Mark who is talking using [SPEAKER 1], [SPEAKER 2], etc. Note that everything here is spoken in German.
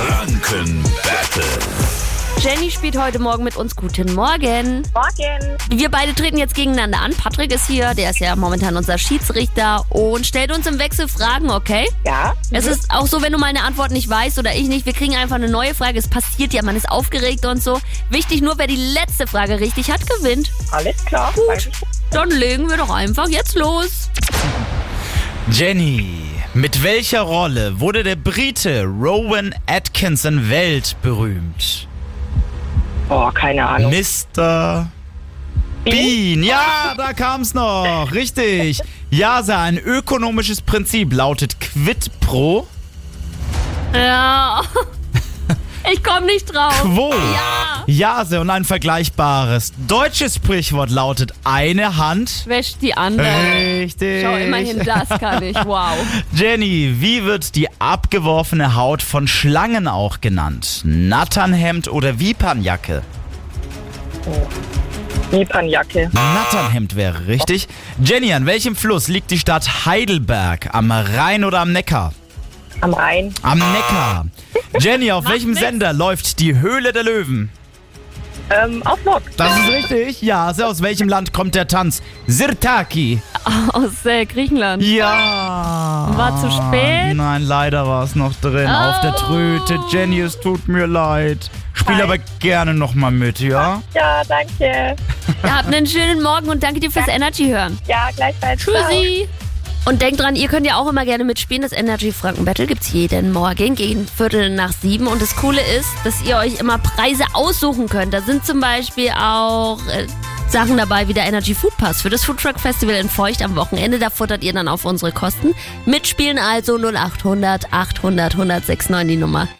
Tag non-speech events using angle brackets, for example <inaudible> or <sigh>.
[SPEAKER 1] Franken Battle.
[SPEAKER 2] Jenny spielt heute Morgen mit uns. Guten Morgen.
[SPEAKER 3] Morgen.
[SPEAKER 2] Wir beide treten jetzt gegeneinander an. Patrick ist hier, der ist ja momentan unser Schiedsrichter und stellt uns im Wechsel Fragen, okay?
[SPEAKER 3] Ja. Mhm.
[SPEAKER 2] Es ist auch so, wenn du mal eine Antwort nicht weißt oder ich nicht, wir kriegen einfach eine neue Frage. Es passiert ja, man ist aufgeregt und so. Wichtig nur, wer die letzte Frage richtig hat, gewinnt.
[SPEAKER 3] Alles klar. Weiß ich.
[SPEAKER 2] Dann legen wir doch einfach jetzt los.
[SPEAKER 4] Jenny, mit welcher Rolle wurde der Brite Rowan Atkinson weltberühmt?
[SPEAKER 3] Boah, Oh, keine Ahnung.
[SPEAKER 4] Mr. Bean. Ja, da kam's noch. Richtig. Jasa, ein ökonomisches Prinzip lautet quid pro
[SPEAKER 3] <laughs>
[SPEAKER 2] Ja. Ich komme nicht drauf.
[SPEAKER 4] quo.
[SPEAKER 2] Ja.
[SPEAKER 4] Jase und ein vergleichbares deutsches Sprichwort lautet eine Hand.
[SPEAKER 2] Wäscht die andere.
[SPEAKER 4] Richtig.
[SPEAKER 2] Schau, immerhin das kann ich. Wow.
[SPEAKER 4] Jenny, wie wird die abgeworfene Haut von Schlangen auch genannt? Natternhemd oder Wiepernjacke?
[SPEAKER 3] Wiepernjacke.
[SPEAKER 4] Natternhemd wäre richtig. Jenny, an welchem Fluss liegt die Stadt Heidelberg? Am Rhein oder am Neckar?
[SPEAKER 3] Am Rhein.
[SPEAKER 4] Am Neckar. Jenny, auf welchem
[SPEAKER 2] nix.
[SPEAKER 4] Sender läuft die Höhle der Löwen?
[SPEAKER 3] Ähm, auf Nord.
[SPEAKER 4] Das ist richtig. Ja, so aus welchem Land kommt der Tanz? Sirtaki.
[SPEAKER 2] Aus äh, Griechenland.
[SPEAKER 4] Ja.
[SPEAKER 2] War zu spät?
[SPEAKER 4] Nein, leider war es noch drin. Auf der
[SPEAKER 2] Oh.
[SPEAKER 4] Tröte. Jenny, es tut mir leid. Spiel aber gerne nochmal mit, ja?
[SPEAKER 3] Ja, danke.
[SPEAKER 2] Habt einen schönen Morgen und danke dir fürs Energy hören.
[SPEAKER 3] Ja, gleichfalls. Ciao.
[SPEAKER 2] Tschüssi. Und denkt dran, ihr könnt ja auch immer gerne mitspielen. Das Energy Franken Battle gibt's jeden Morgen gegen Viertel nach sieben. Und das Coole ist, dass ihr euch immer Preise aussuchen könnt. Da sind zum Beispiel auch äh, Sachen dabei wie der Energy Food Pass für das Food Truck Festival in Feucht am Wochenende. Da futtert ihr dann auf unsere Kosten. Mitspielen also 0800 800 1069 die Nummer.